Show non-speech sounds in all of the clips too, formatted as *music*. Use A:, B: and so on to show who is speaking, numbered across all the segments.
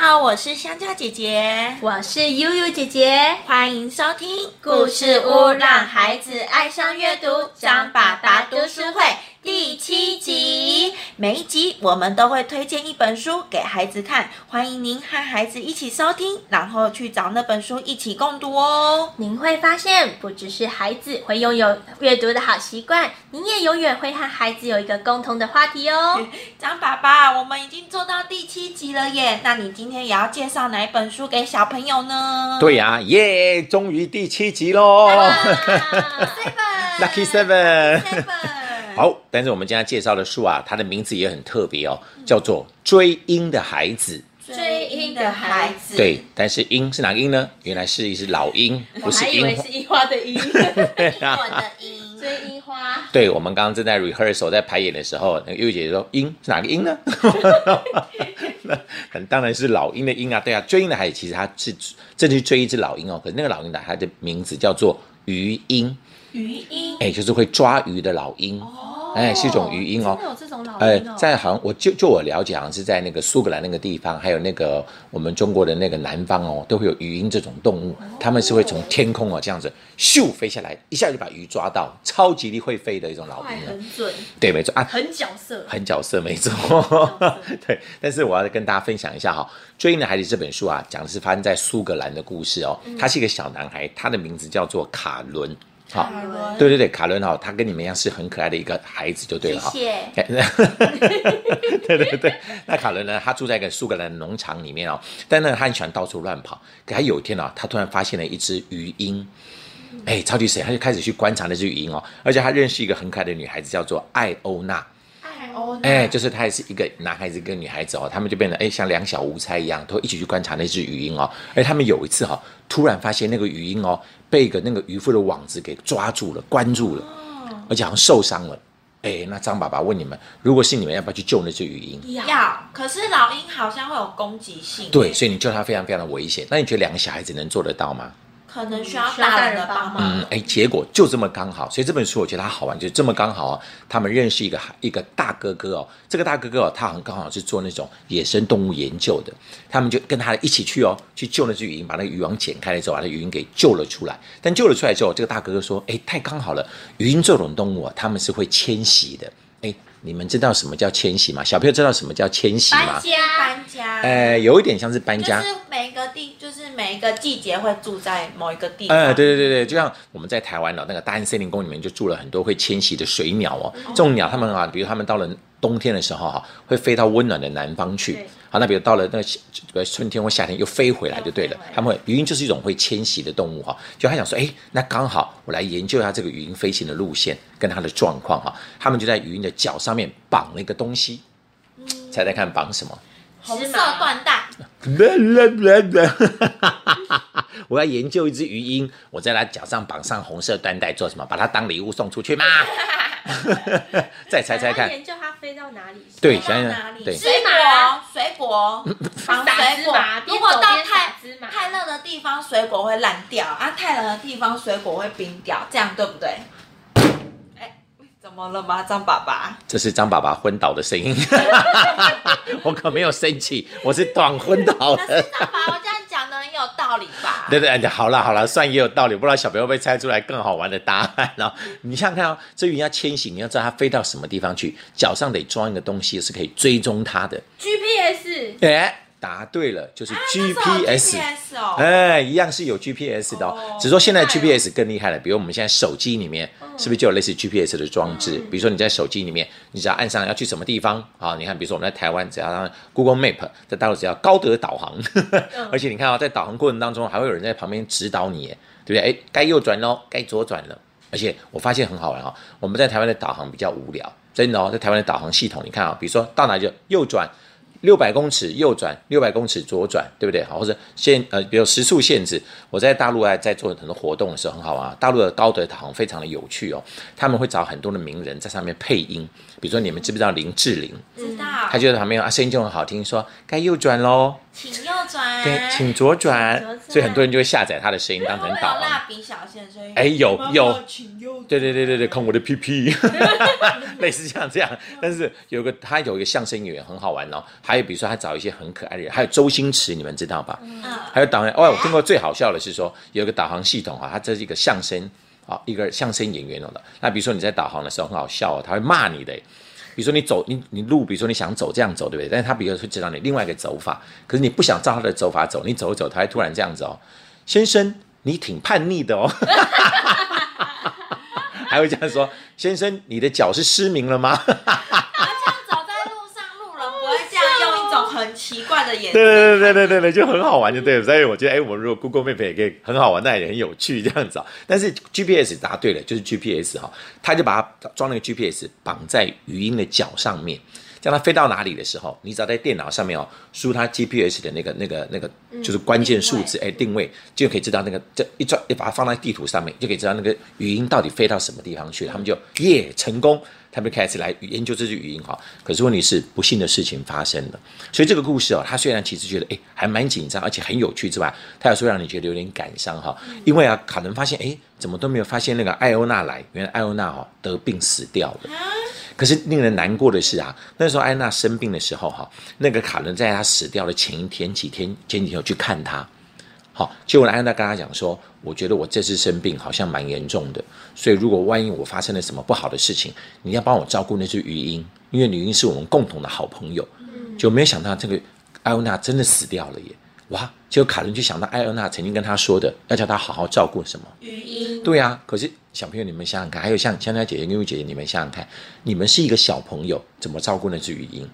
A: 好，我是香蕉姐姐，
B: 我是悠悠姐姐，
A: 欢迎收听
B: 故事屋让孩子爱上阅读张爸爸读书会第七集。
A: 每一集我们都会推荐一本书给孩子看，欢迎您和孩子一起收听，然后去找那本书一起共读哦。
B: 您会发现，不只是孩子会拥有阅读的好习惯，您也永远会和孩子有一个共同的话题
C: *laughs*
B: 哦。
A: 张爸爸，我们已经做到第七集了耶，那你今天也要介绍哪一本书给小朋友呢？
C: 对呀、耶！终于第七集喽，Lucky Seven。
A: Seven
C: *laughs* 好，但是我们今天介绍的书啊，它的名字也很特别哦，
B: 嗯
C: 叫做《追鹰的孩子》。
A: 追鹰的孩子，
C: 对，但是鹰是哪个鹰呢？原来是一只
B: *laughs*
C: 老鹰，不是
B: 还以为
C: 樱花
B: 是。樱花的樱，
A: 英文的英。
B: 追樱花。
C: 对，我们刚刚正在 rehearsal 在排演的时候，那个玉姐说鹰是哪个鹰呢？ *laughs* 那当然是老鹰的鹰啊，对啊，追鹰的孩子其实他是正去追一只老鹰哦，可是那个老鹰的它的名字叫做鱼鹰。
A: 鱼鹰
C: 哎、就是会抓鱼的老鹰，
B: 哦
C: 哎是一种鱼鹰哦
B: 真的有这种老
C: 呃
B: 鹰哦，。
C: 在好像我就就我了解，好像是在那个苏格兰那个地方，还有那个我们中国的那个南方哦，都会有鱼鹰这种动
B: 哦
C: 物，它们是会从天空哦这样子咻飞下来，一下就把鱼抓到，超级力会飞的一种老
B: 快
C: 鹰、哦。
B: 很准，
C: 对，没错啊，
B: 很角色。
C: 很角色没
B: 色 *laughs*
C: 错，对。但是我要跟大家分享一下哈，《追鹰的孩子》这本书啊，讲的是发生在苏格兰的故事哦。
B: 嗯
C: 他是一个小男孩，他的名字叫做卡伦。好，
A: 卡伦
C: 对对对，卡伦哈、哦，他跟你们一样是很可爱的一个孩子，就对 *laughs*
B: 谢
C: 了哈、
B: 谢。
C: 对对对，那卡伦呢？他住在一个苏格兰的农场里面哦，但呢，他很喜欢到处乱跑。可他有一天呢、他突然发现了一只鱼鹰，哎，超级神！他就开始去观察那只鱼鹰哦，而且他认识一个很可爱的女孩子，叫做艾欧娜。
A: 爱欧娜
C: 哎，就是他也是一个男孩子跟女孩子哦，他们就变得哎像两小无猜一样，都一起去观察那只鱼鹰哦。而他们有一次哈、哦，突然发现那个鱼鹰哦被一个那个渔夫的网子给抓住了、关住了，而且好像受伤了。哎，那张爸爸问你们，如果是你们，要不要去救那只鱼鹰？
A: 要，可是老鹰好像会有攻击性，
C: 对，，所以你救它非常非常的危险。那你觉得两个小孩子能做得到吗？
A: 可能需要
B: 需要
A: 大
B: 大
A: 人
B: 人
A: 的
B: 帮
A: 帮
B: 忙
A: 忙
C: 嗯。，哎，结果就这么刚好，所以这本书我觉得它好玩，就是这么刚好啊。他们认识一个孩一个大哥哥哦，这个大哥哥哦，他好像刚好是做那种野生动物研究的，他们就跟他一起去哦，去救那只鱼鹰，把那个渔网剪开了之后，把那鱼鹰给救了出来。但救了出来之后，这个大哥哥说：“哎，太刚好了，鱼鹰这种动物啊，它们是会迁徙的。”哎，你们知道什么叫迁徙吗？小朋友知道什么叫迁徙
B: 搬
C: 吗？
B: 家，
A: 搬家，
C: 呃，有一点像是搬
A: 就
C: 家，
A: 是每一个地，就是每一个季节会住在某一个地方。
C: 哎，对对对对，就像我们在台湾哦，那个大安森林公园里面就住了很多会迁徙的水鸟哦。这种鸟，它们啊，比如它们到了冬天的时候哈、会飞到温暖的南方去
B: 对。
C: 好，那比如到了那个夏呃春天或夏天又飞回来就对了
B: 又飞回来。
C: 它们会鱼鹰就是一种会迁徙的动物哈、就他想说，哎，那刚好我来研究一下这个鱼鹰飞行的路线跟它的状况哈、他们就在鱼鹰的脚上面绑了一个东西，
B: 嗯
C: 猜猜看绑什么？
A: 红
B: 芝
A: 色
B: 麻
A: 缎带，
C: *laughs* 我要研究一只鱼鹰，我在它脚上绑上红色缎带做什么？把它当礼物送出去吗？ *laughs* 再猜猜
B: 想要
A: *laughs*
C: 看，
B: 研究它飞到哪里去？
C: 对，
A: 放
C: 想
A: 到
C: 想
A: 哪里？
C: 对
A: 水果，水
C: *laughs*
A: 果，绑
B: 撒
A: 水
B: 芝
A: 果
B: 麻，。
A: 如果到
B: 边走边撒
A: 太
B: 芝麻，
A: 太热的地方，水果会烂掉啊；太冷的地方，水果会冰掉，这样对不对？哎，怎么了吗，张爸爸？
C: 这是张爸爸昏倒的声音， *laughs* 我可没有生气，我是短昏
A: *laughs*
C: 倒
A: 可是
C: 的。
A: 张爸爸这样讲的很有道理吧？
C: 呃 *laughs* 对对，好啦好啦，算也有道理，不然小朋友被猜出来更好玩的答案哦。你想想看哦，这鱼要迁徙，你要知道它飞到什么地方去，脚上得装一个东西是可以追踪它的。
B: GPS
C: 哎，答对了，就是
A: 啊那
C: GPS。
A: 时候有 GPS 哦，
C: 哎，一样是有 GPS 的、哦，
A: 哦
C: 只是说现在
A: 厉害哦
C: GPS 更厉害了。比如我们现在手机里面，是不是就有类似 GPS 的装置？比如说你在手机里面，你只要按上要去什么地方啊？你看，比如说我们在台湾，只要让 Google Map，在大陆只要高德导航，
B: 嗯
C: 而且你看啊、在导航过程当中还会有人在旁边指导你耶，对不对？哎，该右转喽，该左转了。而且我发现很好玩哦，我们在台湾的导航比较无聊，真的哦，在台湾的导航系统，你看啊、比如说到哪里就右转。六百公尺右转，六百公尺左转，对不对？好，或者限呃，比如时速限制。我在大陆啊，在做很多活动的时候很好玩啊。大陆的高德导航非常的有趣哦，他们会找很多的名人在上面配音，比如说你们知不知道林志玲？
A: 知道
C: 他。就在旁边啊，声音就很好听，说该右转喽，
A: 请右转。
C: 对，请
B: 请左
C: 左转
B: 转。
C: 所以很多人就会下载他的声音当
A: 会
C: 成
A: 有
C: 导航。
A: 蜡笔小新的声音。
C: 哎，有
A: 妈妈
C: 有，
A: 请右肚子，
C: 对对对对对，看我的屁屁，类似像这样。但是有个他有一个相声演员很好玩哦，还有比如说他找一些很可爱的人，还有周星驰，你们知道吧？
A: 嗯
C: 还有导航，哦，我听过最好笑的是说，有一个导航系统啊，它这是一个相声啊，一个相声演员用的。那比如说你在导航的时候很好笑哦，他会骂你的。比如说你走你你路，比如说你想走这样走，对不对？但是他比如说指导你另外一个走法，可是你不想照他的走法走，你走一走，他会突然这样子哦，先生，你挺叛逆的哦， *laughs* 还会这样说，先生，你的脚是失明了吗？
A: 而且走在路上，路人不会这样用一种很奇怪的眼神。
C: 对对对对对对，就很好玩，就对了。所以我觉得，哎，我们如果 Google Map 也可以很好玩，那也很有趣这样子啊、但是 GPS 答对了，就是 GPS 哈、它就把它装了个 GPS 绑在鱼鹰的脚上面，这样它飞到哪里的时候，你只要在电脑上面哦输它 GPS 的那个那个那个就是关键数字，哎、嗯定位就可以知道那个这一转，把它放在地图上面，就可以知道那个鱼鹰到底飞到什么地方去了。他们就耶成功。他们开始来研究这只语音哈。可是问题是，不幸的事情发生了。所以这个故事哦，它虽然其实觉得哎还蛮紧张，而且很有趣之外，它有时候让你觉得有点感伤哈。因为啊，可能发现哎怎么都没有发现那个艾欧娜来，原来艾欧娜哦得病死掉了。可是令人难过的是啊，那时候艾娜生病的时候哈、那个卡伦在她死掉的前一天几天前几天有去看她。好，结果呢，安娜跟他讲说，我觉得我这次生病好像蛮严重的，所以如果万一我发生了什么不好的事情，你要帮我照顾那只鱼鹰，因为鱼鹰是我们共同的好朋友。
B: 嗯
C: 就没有想到这个艾欧娜真的死掉了耶！哇，结果卡伦就想到艾欧娜曾经跟他说的，要叫他好好照顾什么。
A: 语音，
C: 对啊，可是小朋友，你们想想看，还有像香蕉姐姐、跟玉姐姐，你们想想看，你们是一个小朋友，怎么照顾那只鱼鹰？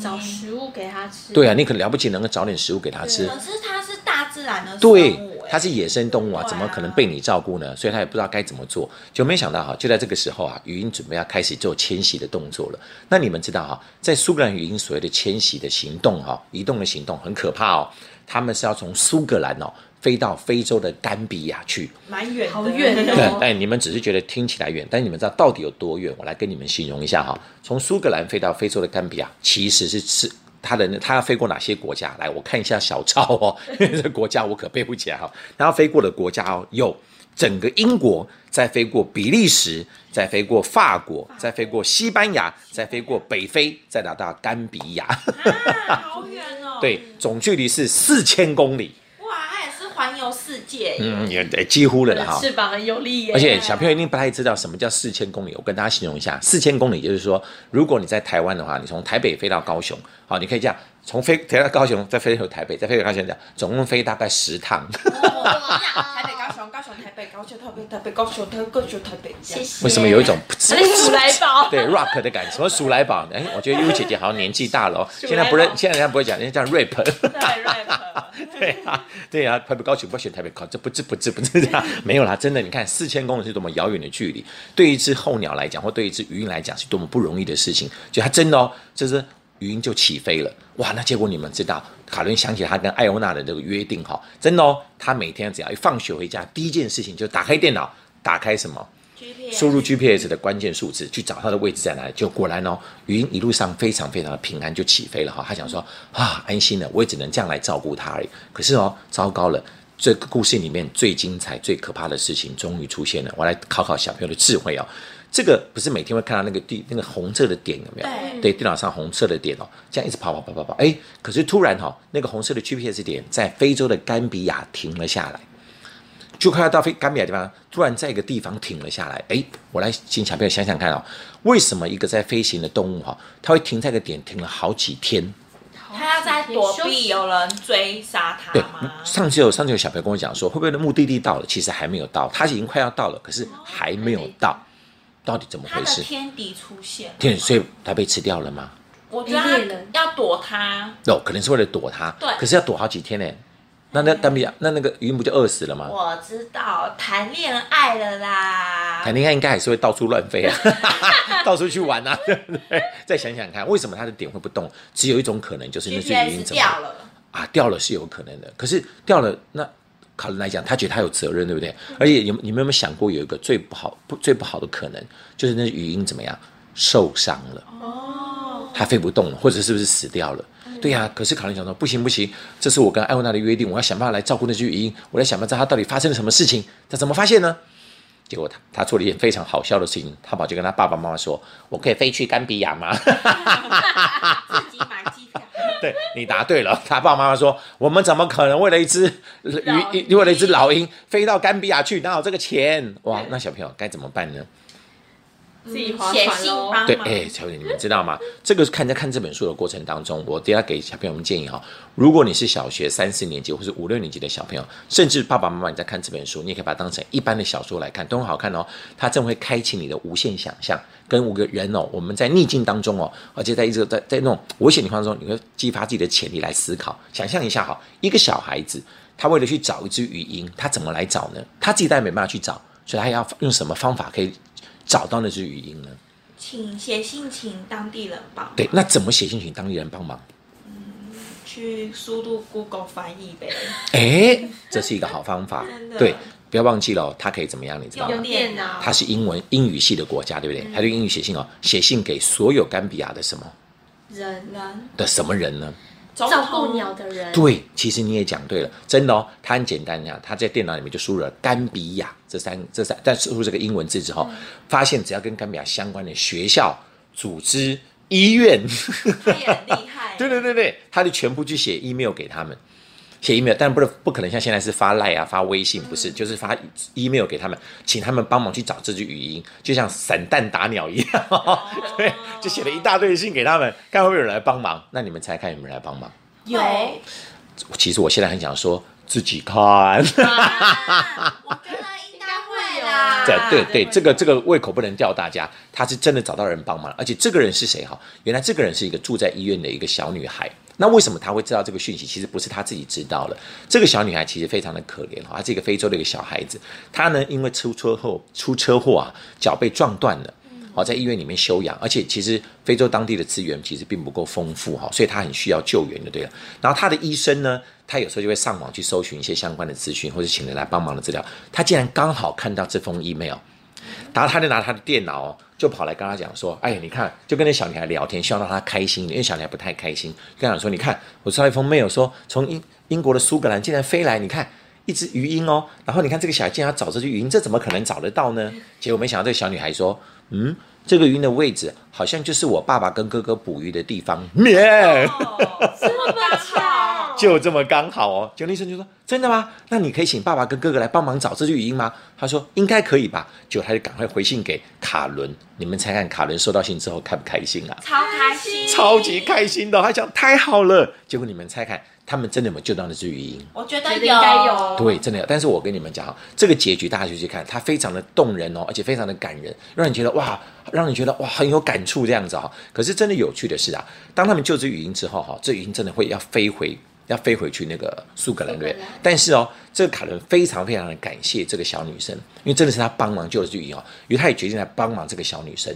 B: 找食物给它吃。
C: 对啊，你可了不起，能够找点食物给它吃，
A: 可是它是大自然的生
C: 对
A: 物，，哎
C: 它是野生动物啊，
A: 对啊
C: 怎么可能被你照顾呢？所以它也不知道该怎么做，就没想到哈，就在这个时候啊，语音准备要开始做迁徙的动作了。那你们知道哈，在苏格兰语音所谓的迁徙的行动哈，移动的行动很可怕哦，他们是要从苏格兰哦飞到非洲的甘比亚去。
A: 蛮远的，
B: 好远的
C: 对
B: 哦，
C: 但你们只是觉得听起来远，但你们知道到底有多远？我来跟你们形容一下哈，从苏格兰飞到非洲的甘比亚，其实是是。它的它要飞过哪些国家？来，我看一下小抄哦， *laughs* 因为这国家我可背不起来哈、哦。它要飞过的国家哦，有整个英国，再飞过比利时，再飞过法国，再飞过西班牙，再飞过北非，再拿到甘比亚。 *laughs*
A: 啊，好远哦。，
C: 对，总距离是四千公里，
A: 哇，它也是环游世界耶。
C: 嗯，也也几乎了哈。
B: 翅膀很有力耶。
C: 而且小朋友一定不太知道什么叫四千公里，我跟大家形容一下，四千公里就是说，如果你在台湾的话，你从台北飞到高雄，好，你可以这样从飞飞到高雄，再飞回台北，再飞回高雄，这样总共飞大概十趟。
A: 哇台北、高雄、高雄、台北、高雄、台北、台北、高雄、台北、高雄、台北，这
B: 谢
A: 样
B: 谢。
C: 为什么有一种噗嗤
B: 还是鼠来宝？
C: 对 rock 的感觉？什么鼠来宝？哎，我觉得优姐姐好像年纪大了哦，现在不认，现在人家不会讲，人家叫 rap。
A: 对，rap，
C: *laughs* 对啊，对啊，台北高雄不选台北高，这不知不知不 *laughs* 知这样，没有啦，真的，你看四千公里是多么遥远的距离，对一只候鸟来讲，或对一只鱼鹰来讲，是多么不容易的事情。就它真的哦，这只鱼鹰就起飞了，哇！那结果你们知道，卡伦想起他跟艾欧娜的这个约定哈、真的哦，他每天只要一放学回家，第一件事情就打开电脑，打开什么？
A: ，GPS，
C: 输入 GPS 的关键数字去找它的位置在哪里，就果然哦，云一路上非常非常的平安就起飞了哈、他想说啊，安心了，我也只能这样来照顾它而已。可是哦，糟糕了，这个故事里面最精彩、最可怕的事情终于出现了。我来考考小朋友的智慧哦，这个不是每天会看到那个地那个红色的点有没有？
A: 对
C: 对，电脑上红色的点哦，这样一直跑跑跑跑跑，哎，可是突然哈、哦，那个红色的 GPS 点在非洲的甘比亚停了下来。就快要到非甘比亚的地方，突然在一个地方停了下来。哎，我来请小朋友想想看哦，为什么一个在飞行的动物哈、它会停在一个点停了好几天？
A: 他要在躲避哦有人追杀他
C: 对
A: 吗，？
C: 上次有上次有小朋友跟我讲说，会不会目的地到了，其实还没有到，它已经快要到了，可是还没有到，到底怎么
A: 他
C: 回
A: 的
C: 事？
A: 天敌出现，
C: 天，所以它被吃掉了吗？
A: 我觉得
B: 猎人
A: 他要躲他，
C: 哦，可能是为了躲它。
A: 对
C: 可是要躲好几天呢。那那甘比亚那那个鱼不就饿死了吗？
A: 我知道谈恋爱了啦，
C: 谈恋爱应该还是会到处乱
A: *laughs*
C: 飞啊， *laughs* 到处去玩啊， *laughs* 对不对？再想想看，为什么它的点会不动？只有一种可能，就是那只鱼
A: GPS
C: 鹰怎么
A: 掉了，
C: 啊掉了是有可能的，可是掉了那。卡伦来讲，他觉得他有责任，对不对？而且你们你们有没有想过，有一个最不好、不最不好的可能，就是那只鱼鹰怎么样受伤了？
A: 哦，
C: 他飞不动了，或者是不是死掉了？
B: 嗯
C: 对呀、可是卡伦想说，不行不行，这是我跟艾欧娜的约定，我要想办法来照顾那只鱼鹰，我要想办法知道它到底发生了什么事情。那怎么发现呢？结果他他做了一件非常好笑的事情，他跑去跟他爸爸妈妈说：“我可以飞去甘比亚吗？” *laughs*
A: 自己买机票，
C: 对你答对了。他爸爸妈妈说：“我们怎么可能为了一只
B: 老
C: 鱼，
B: 鹰
C: 为了一只老鹰飞到甘比亚去？哪有这个钱？”哇，那小朋友该怎么办呢？
A: 嗯
D: 自己划
A: 写
D: 船
A: 信
D: 咯
A: 帮
C: 对，
A: 忙，
C: 哎，小姐，你们知道吗？这个看在看这本书的过程当中，我等下给小朋友们建议哈、如果你是小学三四年级或是五六年级的小朋友，甚至爸爸妈妈你在看这本书，你也可以把它当成一般的小说来看，都很好看哦。它真会开启你的无限想象，跟五个人哦，我们在逆境当中哦，而且在一直在在那种危险情况中，你会激发自己的潜力来思考。想象一下哈、一个小孩子，他为了去找一只鱼鹰，他怎么来找呢？他自己当然没办法去找，所以他要用什么方法可以找到那只鱼鹰呢？
A: 请写信请当地人帮忙，
C: 对，那怎么写信请当地人帮忙？
A: 去输入 Google 翻译呗，
C: 哎，这是一个好方法
A: 真。的
C: 对，不要忘记了哦，它可以怎么样？你知道
A: 用嗯
C: 吗？
A: 电脑
C: 它是英文英语系的国家，对不对？它就英语写信哦，写信给所有甘比亚的什么
B: 人
A: 人
C: 的什么人呢？
A: 啊总
B: 照
A: 统
B: 顾鸟的人，
C: 对，其实你也讲对了，真的哦，它很简单呀，它在电脑里面就输入了甘比亚这三这三，但输入这个英文字之后，
A: 嗯
C: 发现只要跟甘比亚相关的学校、组织、医院。
A: 他也很厉害，
C: 对对对对，他就全部去写 email 给他们，写 email，但不是不可能像现在是发赖啊、发微信，不是，就是发 email 给他们，请他们帮忙去找这只语音，就像散弹打鸟一样， *laughs* 对，就写了一大堆信给他们，看会不会有人来帮忙。那你们猜看有没有人来帮忙？
A: 有。
C: 其实我现在很想说自己看， *laughs*
A: 啊我觉得应该会啦。
C: 对对
D: 对
C: 对，这个这个胃口不能吊大家，他是真的找到人帮忙，而且这个人是谁哈？原来这个人是一个住在医院的一个小女孩。那为什么她会知道这个讯息？其实不是她自己知道了。这个小女孩其实非常的可怜哈，她是一个非洲的一个小孩子，她呢因为出车祸出车祸啊，脚被撞断了。好，在医院里面休养，而且其实非洲当地的资源其实并不够丰富哈，所以他很需要救援就对了。然后他的医生呢，他有时候就会上网去搜寻一些相关的资讯，或者请人来帮忙的资料。他竟然刚好看到这封 email，然后他就拿他的电脑哦就跑来跟他讲说：“哎，你看，就跟那小女孩聊天，希望让她开心，因为小女孩不太开心。跟她讲说，你看，我收到一封 mail 说，从英英国的苏格兰竟然飞来，你看一只鱼鹰哦，然后你看这个小孩竟然要找这只鱼鹰，这怎么可能找得到呢？结果没想到这个小女孩说，嗯，这个鱼鹰的位置好像就是我爸爸跟哥哥捕鱼的地方面。
A: 哦这么巧，
C: 就这么刚好哦。九医生就说：“真的吗？那你可以请爸爸跟哥哥来帮忙找这句语音吗？”他说：“应该可以吧。”结果他就赶快回信给卡伦。你们猜看卡伦收到信之后开不开心啊？
A: 超开心，
C: 超级开心的，他想太好了。结果你们猜看，他们真的有没有救到那只语音？
A: 我觉得
D: 觉
A: 有，
D: 得应该有
C: 对，真的有。但是我跟你们讲啊，这个结局大家就去看，它非常的动人哦，而且非常的感人，让你觉得哇，让你觉得哇很有感触这样子哈、可是真的有趣的是啊，当他们救治语音之后哈、这语音真的会要飞回。要飞回去那个苏格兰对不对，但是哦，这个卡伦非常非常的感谢这个小女生，因为真的是他帮忙救了这语音哦，因为他也决定来帮忙这个小女生。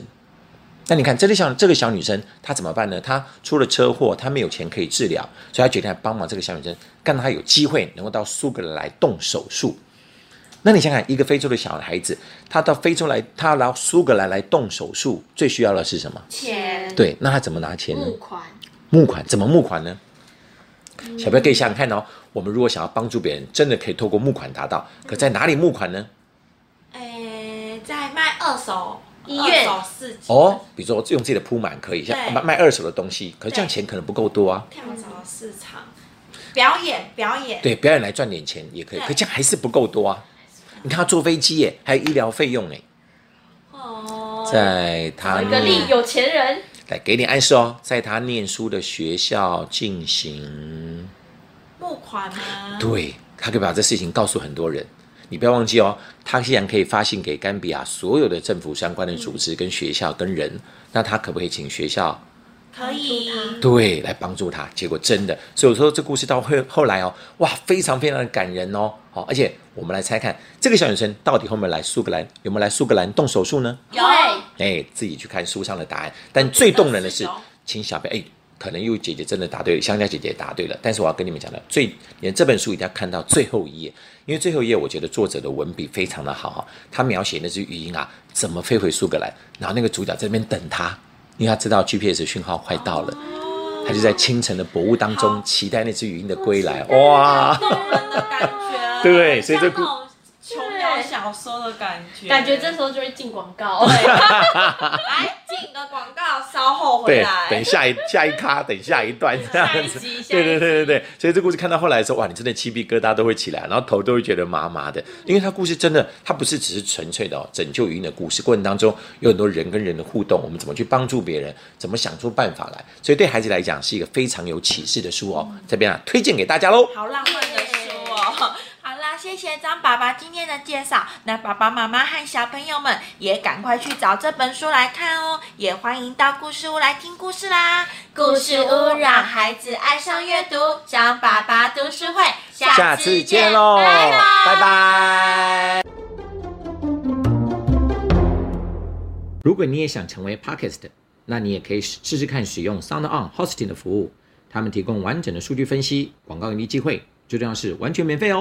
C: 那你看，这个小这个小女生她怎么办呢？她出了车祸，她没有钱可以治疗，所以她决定来帮忙这个小女生，让她有机会能够到苏格兰来动手术。那你想想，一个非洲的小孩子，她到非洲来，她来苏格兰来动手术，最需要的是什么？
A: 钱
C: 对，那她怎么拿钱呢？
B: 募款，
C: 募款怎么募款呢？小朋友可以想想看哦，我们如果想要帮助别人，真的可以透过募款达到，可在哪里募款呢？
A: 诶，在卖二手
B: 医院
A: 二手市集
C: 哦，，比如说用自己的铺满可以，像
A: 对
C: 卖卖二手的东西，可是这样
A: 对
C: 钱可能不够多啊。
A: 跳蚤市场表演表演，
C: 对，表演来赚点钱也可以，
A: 对
C: 可这样还是不够多啊。你看他坐飞机耶，还有医疗费用哎，
A: 哦，
C: 在他
D: 有一个利
C: 念
D: 有钱人，
C: 来给点暗示哦，在他念书的学校进行，
A: 募款啊吗？
C: 对他可以把这事情告诉很多人。你不要忘记哦，他既然可以发信给甘比亚所有的政府相关的组织、跟学校、跟人，那他可不可以请学校
A: 可以，
C: 对，来帮助他。结果真的，所以我说这故事到后后来哦，哇，非常非常的感人哦。好、而且我们来猜看，这个小女生到底后面来苏格兰有没有来苏格兰动手术呢？
A: 有
C: 哎，自己去看书上的答案。但最动人的
A: 哦真
C: 是
A: 的是有，
C: 请小朋友哎，可能又姐姐真的答对了，香蕉姐姐答对了。但是我要跟你们讲的，最你们这本书一定要看到最后一页，因为最后一页我觉得作者的文笔非常的好哈，他描写那只鱼鹰啊怎么飞回苏格兰，然后那个主角在那边等他，因为他知道 GPS 讯号快到了。
A: 哦
C: 他就在清晨的薄雾当中期待那只鱼鹰的归来，哇！
A: 动人的感觉，
C: 对所以这
A: 像那种琼瑶小说的感觉，
B: *laughs* 感觉这时候就会进广告。
A: 来进个广告，稍后回
C: 对
A: 来，。
C: 等下一下一咖，等下一段这
B: 下一
C: 样
B: 集
C: 子
B: 下一集，
C: 对对对对对，所以这故事看到后来的时候，哇，你真的鸡皮疙瘩都会起来，然后头都会觉得麻麻的，因为它故事真的，它不是只是纯粹的、哦、拯救语音的故事，过程当中有很多人跟人的互动，我们怎么去帮助别人，怎么想出办法来，所以对孩子来讲是一个非常有启示的书哦，这边啊推荐给大家喽。
A: 好浪漫的书哦。好啦，谢谢张爸爸今天的介绍。那爸爸妈妈和小朋友们也赶快去找这本书来看哦，也欢迎到故事屋来听故事啦。
B: 故事屋让孩子爱上阅读，张爸爸读书会，
C: 下次见喽，
B: 拜拜。
C: 拜拜。如果你也想成为 Podcast，那你也可以试试看使用 Sound On Hosting 的服务，他们提供完整的数据分析、广告盈利机会，最重要是完全免费哦。